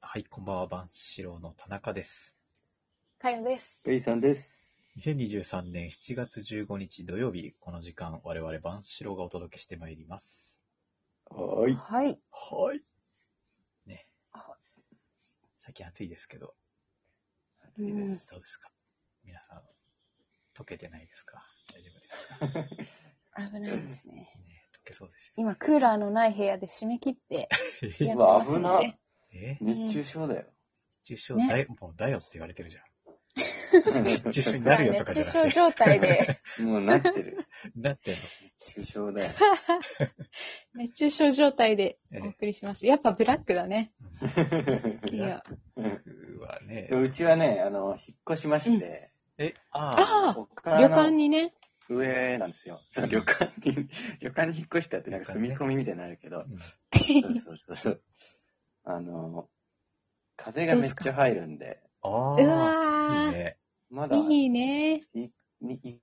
はい、こんばんは、万四郎の田中です。かよです。ペイさんです。 2023年7月15日土曜日、この時間、我々万四郎がお届けしてまいります。はーい。はい。はい。ねは。最近暑いですけど。う暑いんです。どうですか皆さん、溶けてないですか大丈夫ですか危ないですね。ね溶けそうですよ。今、クーラーのない部屋で締め切ってやってうわます危のなで。え熱中 症だよ。熱中症ねだよ、もうだよって言われてるじゃん。熱中症になるよとかじゃなくて熱中症状態で、もうなってる。だって、熱中症 だよ。熱中症状態でええお送りします。やっぱブラックだね。いや。僕はね、うちはね、あの、引っ越しまして、え、ああ、あおあ、金旅の館にね。上なんですよ。そう旅館に、旅館に引っ越したってなんか住み込みみたいになるけう、どんそうそうそうそう。あの、風がめっちゃ入るんで、あ うあ、いいわね。まだー、にいいね。 1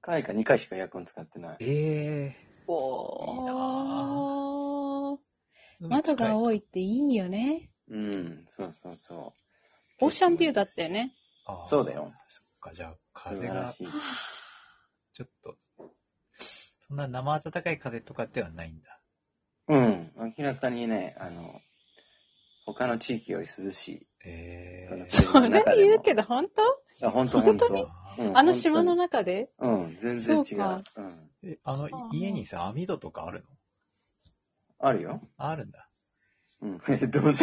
回か2回しかエアコン使ってない。ええいいなおー。ー。窓がい。多いっていいよね。うん、そうそうそオーシャンビューだったよね。あーそうだよ。そっか、じゃあ、う。素風晴がらしい。ちょっと、そんな生暖かい風とかではないんだ。うん、明らかにね、あの、他の地域より涼しい。えただえそれ言うけど、本当あ、本当本当。あうーんあの島の中でうん、全然そ違うう。かうん。えあの、いあー家にさ、網戸とかあるのあるよ。あるんだ。うん。どん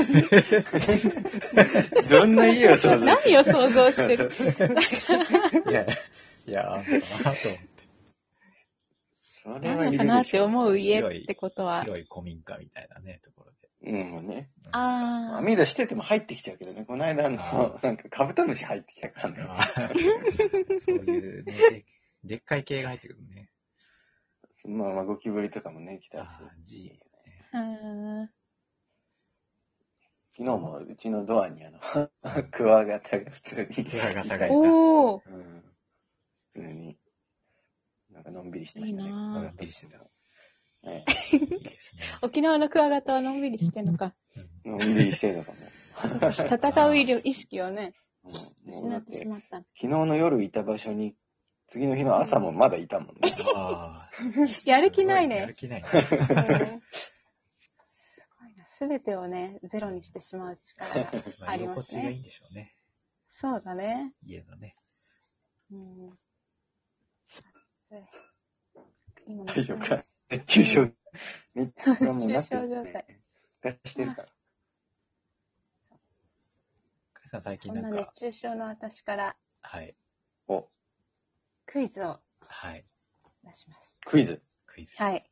な、どんな家を想像何を想像してるいや、いや、あるのかなと思って。それは何のかいるでしょなって思う家ってことは。広い古民家みたいなね、ところで。うん、ね。うんあ網戸してても入ってきちゃうけどね。この間、あのあ、なんかカブトムシ入ってきたからね。あーそういうね、ででっかい系が入ってくるね。まあまあ、ゴキブリとかもね、来たあーし。 G あ。うん昨日もうちのドアにあの、 クワガタが普通に。クワガタがいたおお。うん。普通に、なんかのんびりしてまいいしたね。のなんびりしてた。えいいですね。ぁ。沖縄のクワガタはのんびりしてんのか。うんえのんびりしてるのかも。戦う威力意識をね、 うんもう失だっって、してまった。昨日の夜いた場所に、次の日の朝もまだいたもんね。あーやる気ないやるね。気ないね。 うんすごいな。すべてをね、ゼロにしてしまう力がまあ あ居りま心す地がいいね。んでしょうね。そうだね。家のね。 うん。暑い今大丈夫か熱中症。熱中症もうなって熱中る症状態。悪化してるから。かえさん最近そんななんか、熱中症の私からはい、お、クイズをはい、出します。クイズ。クイ ズ。はい。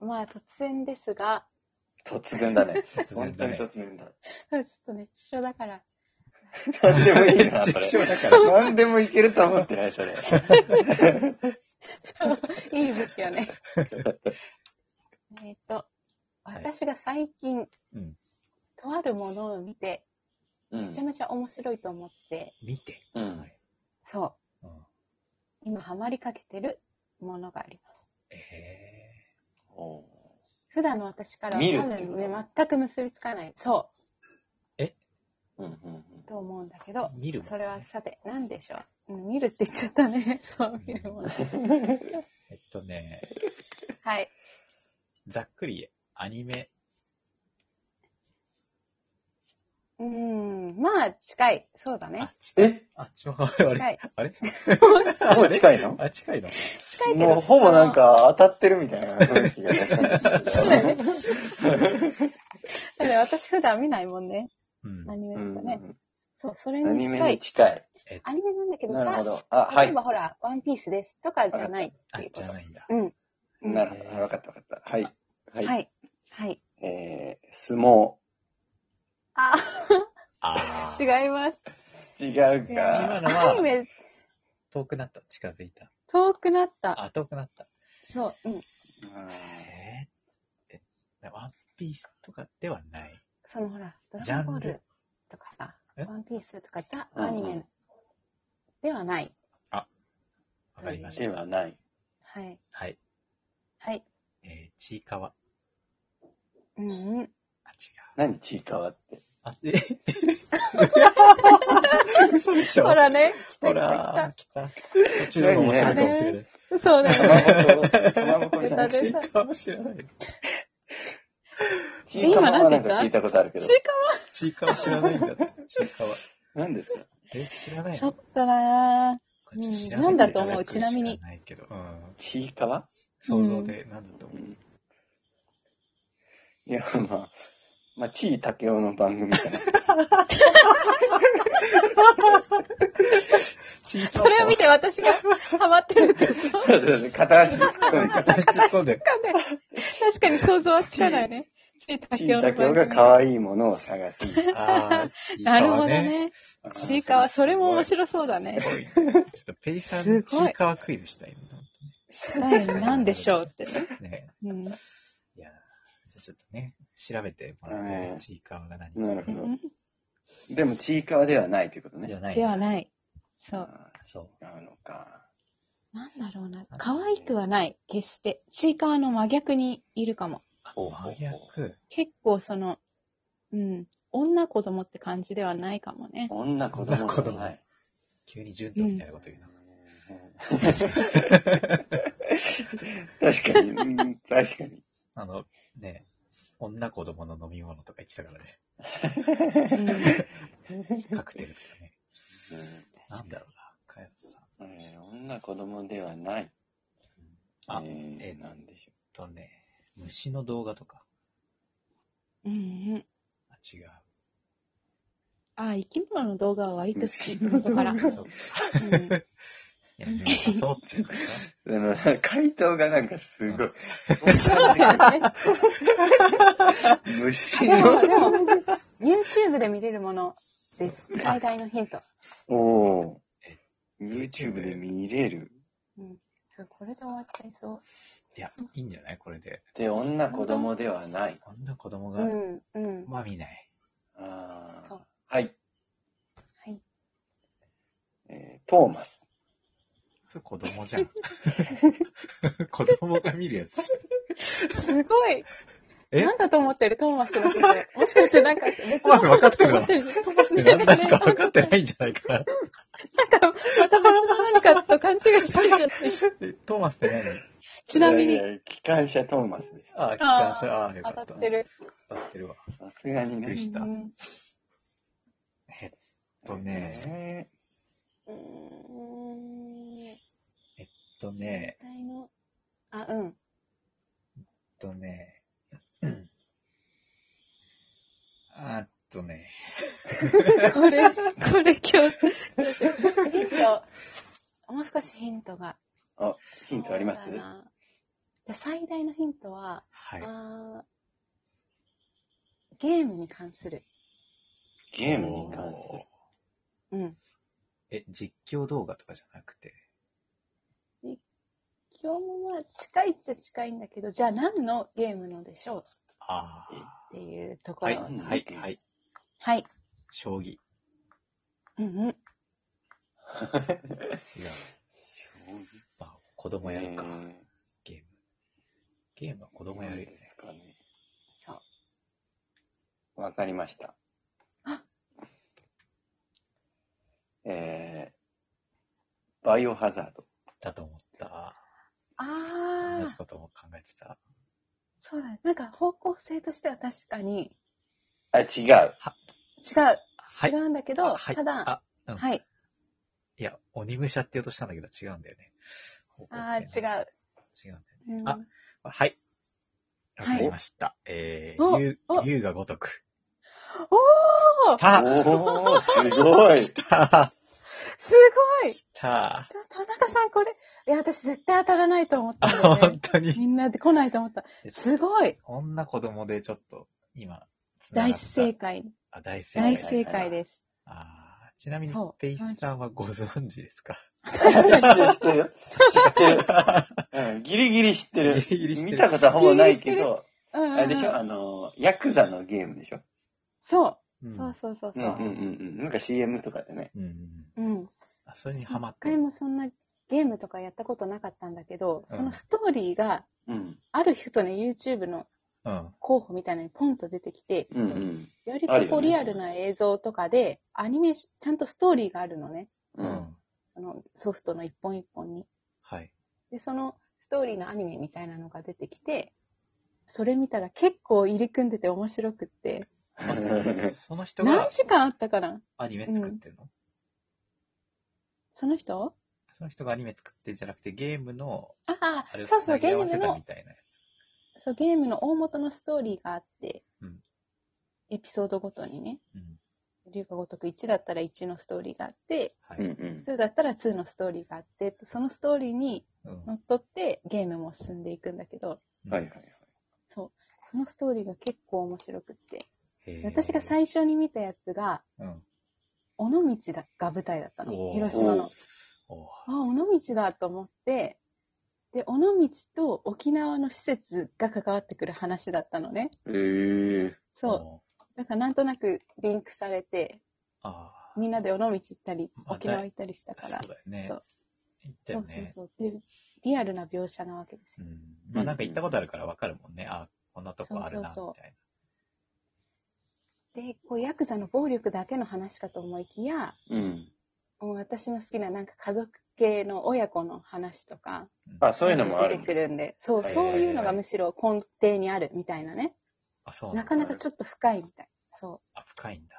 まあ、突然ですが、 突然だね。突本然当だね。に突然だ。ちょっと熱中症だから。なんでもいいな、そ熱中症れ。だから。なんでもいけると思ってない、それ。 いい武器よね。えっと、私が最近、うん。とあるものを見て、うめんちゃ。めちゃ面白いと思って、見て。うはん。い。そうんう、今ハマりかけてるものがあります。えおー普段の私からは見る多ってこ分とね、全く結びつかない、そうんうんう、と思うんだけど、見るもんねそれはさて、何でしょう。うん見るって言っちゃったね。 そう、見るも の。ーえっとね、はい。ざっくりアニメ。うーん、まあ、近い。そうだねあ。、うん近い。えあ、ちょ、 あれ、あれ近い。あれもう近いのあ、近いの 近いけど。もうほぼなんか当たってるみたい な雰囲気が出てる。そうだね。だって私普段見ないもんね。うん。アニメうとんかうね。んそう、それアニにメ近にい。近い。アニメなんだけどなるほさ、ど。あ、は例えい。ばほら、ワンピースですとかじゃないっあていう、こじとゃ。ないんだ。うん。うんなるほど。わかったわかった。はい。は。はいい。はい。えー、相撲。あ、 ああ。違います。違違ういか。ます。アニメ、遠くなった。近づいた。遠くなった。あ、遠くなった。そう、うん。えー、え、ワンピースとかではない。そのほら、ドラゴンボージャンルとかさ、えワンピースとかザ・うんうアんニメではない。わかりまうんしでた。はない。はい。はい。はい。えー、ちいかわ。うんうあ、違ん。う。 何ちいかわって。ああ、え 嘘でしょほらね、来たほ来たら、来た。こっちの方が面白いかもしれない。来た。そうだ よね。かまぼこ、かまぼこじゃこあなっいれちかもしれない。ちいかまはなんか聞いたことあるけちどい。ちいかは知らないんだって。ちいかは。何ですかえ、知らなかいちょのっとなぁ。これ知らうんいなんけどだと思うちなみに知らないけど。うん。ちいかわ想像でなんだと思う。いや、まあ、まあ、ちいたけおの番組 かな。ちいかそれを見て私がハマってるってこと片足で突っ込んで、形突っ込んで。確かに想像はつかないね。ちいたちけいおのたけおが可愛いものを探す。あーちいかなるほわどね。ね。ちいかわ、それも面白そうだね。すごいねちょっとペイさんすごいちいかわクイズしたいしたいのなんでしょうってね。な。ね。うん。いや、じゃあちょっとね、調べてもらっうんて、ちいかわが何なるほど。でも、ちいかわではないということでね。はない。ではない。そう。あそう。ーなのか。なんだろうな。可愛くはない。決して。ちいかわの真逆にいるかも。ほうほうほ真う逆。結構その、うん。女子供って感じではないかも ね。女子供じゃない。急に順当みたいなこと言うな。 確かに、うん確かに。あの、ね、女子供の飲み物とか言ってたから ね。うん。カクテルとかね。うんなんだろうな、かやさんえー女子供ではない。あええー、なんでしょとね、虫の動画とか。うんうん。あ、違う。あ、生き物の動画は割と好き。うんだから。うんそう。いや、でもそうっていうかさ。 う。でも、回答がなんかすごい。そうだよね。 虫でも、 の。でも、YouTube で見れるものです。最大のヒント。おお。YouTube で見れる。そうこれで終わっちゃいそいや、いいんじゃないこれで。で、女子供ではない。こんな子供う。が、うん、うん。まあ見ない。あそうあ。はい。はい。えー、トーマス。それ子供じゃん。 子供が見るや つ。すごい。えなんだと思ってるトーマスのこと。もしかしてなんか別のトーマス分かってるなトーマスなんねだか分かってないんじゃないかな。また別の何かと勘違いしてるじゃないえトーマスって何ちなみいにや、いや。機関車トーマスです。あ、機関車。ああー、よか当った。たってる。当たってるわ。さすがにびっくりね。したうんえっとね、うえーん。えっえっとね、。あ、うん。えっとね、うんあとね、これ、これ今日、ヒント、もう少しヒントが。ーあ、ヒントありますそうだなじゃあ最大のヒントは、はい。あーゲームに関する。ゲームに関する。うん。え、実況動画とかじゃなくて、実況もまあ近いっちゃ近いんだけど、じゃあ何のゲームのでしょうあっていうとあ、こはろ。い、はい。はい、はい、将棋。うんうん。違う。まあ、 子供やるか、ゲーム。ゲームは子ど供やるよねで。すかね。そう。わかりました。あえー、バイオハザード。だと思った。あ同じあ、ことも考えてた。そうだね。なんか方向性としては確かにあ、違う。違う。はい違。うんだけど、あはいただ、あ、うんはい。いや、鬼武者って言おうとしたんだけど違うんだよね。ああ、違う。う。違うんだよね。うん、あはい。わかりました。えー、竜お、竜が如く。来おおおたー、すごい。来たすごい来たちょ、田中さんこれ、いや、私絶対当たらないと思ったあ、んだよ本ね。当に。みんなで来ないと思った。すごい女子供でちょっと、今、繋が大った正。解。あ、大正大解。正解です。あーちなみにそう、ペイさんはご存知ですか知ってる知ってる。うんギリギリ知ってる。ギリギリ知ってる見たことはほぼないけギリギリど、うんうんうんあれでしょあの、ヤクザのゲームでしょそうう。んそうそうそううそんうんうう。んうん。なんか CM とかでね。うんうん。うん。あ、それにハマ一って回。もそんなゲームとかやったことなかったんだけど、うんそのストーリーが、うん。ある人の YouTube のうん。候補みたいなのにポンと出てきて、うんうん。よりあこるようねリアルな映像とかで、アニメーシちゃんとストーリーがあるのね。う。うんん。あのソフトの一本一本に。はい。で、そのストーリーのアニメみたいなのが出てきて、それ見たら結構入り組んでて面白くって、まあその人何が時間あったかなアニメ作ってるの、その人その人がアニメ作ってんじゃなくて、ゲームの、あああれ、をそうつそう、なぎゲ合ーわムせたのみ、たいなやつ。そう、ゲームの大元のストーリーがあって、うんエピソードごとにね、うん。龍が如く1だったら1のストーリーがあって、はうんうい。ん。 2だったら2のストーリーがあって、そのストーリーにうん。のっとってゲームも進んでいくんだけど、うんはいはい。はい。そう、そのストーリーが結構面白くって、へー私が最初に見たやつが、うん。尾道だが舞台だったおの、ー広島の。おーあ、尾道だと思って、で、尾道と沖縄の施設が関わってくる話だったのね。えー。そう。おーだからなんとなくリンクされて、ああ。みんなで尾道行ったり、まあ沖縄行ったりしたからそう。だよねそう。行ったそようそうね。そう。っていう、リアルな描写なわけですうよ。ん。まあなんか行ったことあるからわかるもんね。あこんなとこあるな、みそうそうそうたいで、こう、ヤクザの暴力だけの話かと思いきや、うん。もう私の好きななんか家族系の親子の話とか、な。あ、そういうのもあ出るて。くるんで、そう、はいそはういはいいうのがむしろ根底にあるみたいなね。あ、そうなんかだ。なかちょっと深いみたい。そう。あ、深いんだ。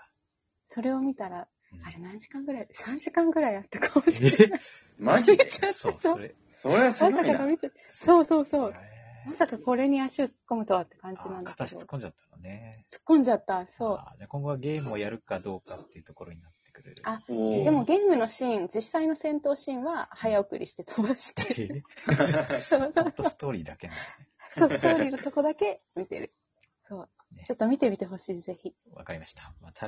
それを見たら、うんあれ何時間ぐらい ?3 時間ぐらいあったかもしれない。えマジでちょ っとそう、それ。それはすごいまさかなの。ミスそうそうそう。へーまさかこれに足を突っ込むとはって感じなあんだ片足けど。突っ突っ込んじゃったのね。込んじゃった。そう。あーじゃあ今後はゲームをやるかどうかっていうところになってくれる。 あおーでもゲームのシーン、実際の戦闘シーンは早送りして飛ばして、え そうほんとストーリーだけなんだそうストーリーのとこだけ見てる。そうね。ちょっと見てみてほしい、ぜひ。ね。わかりました。また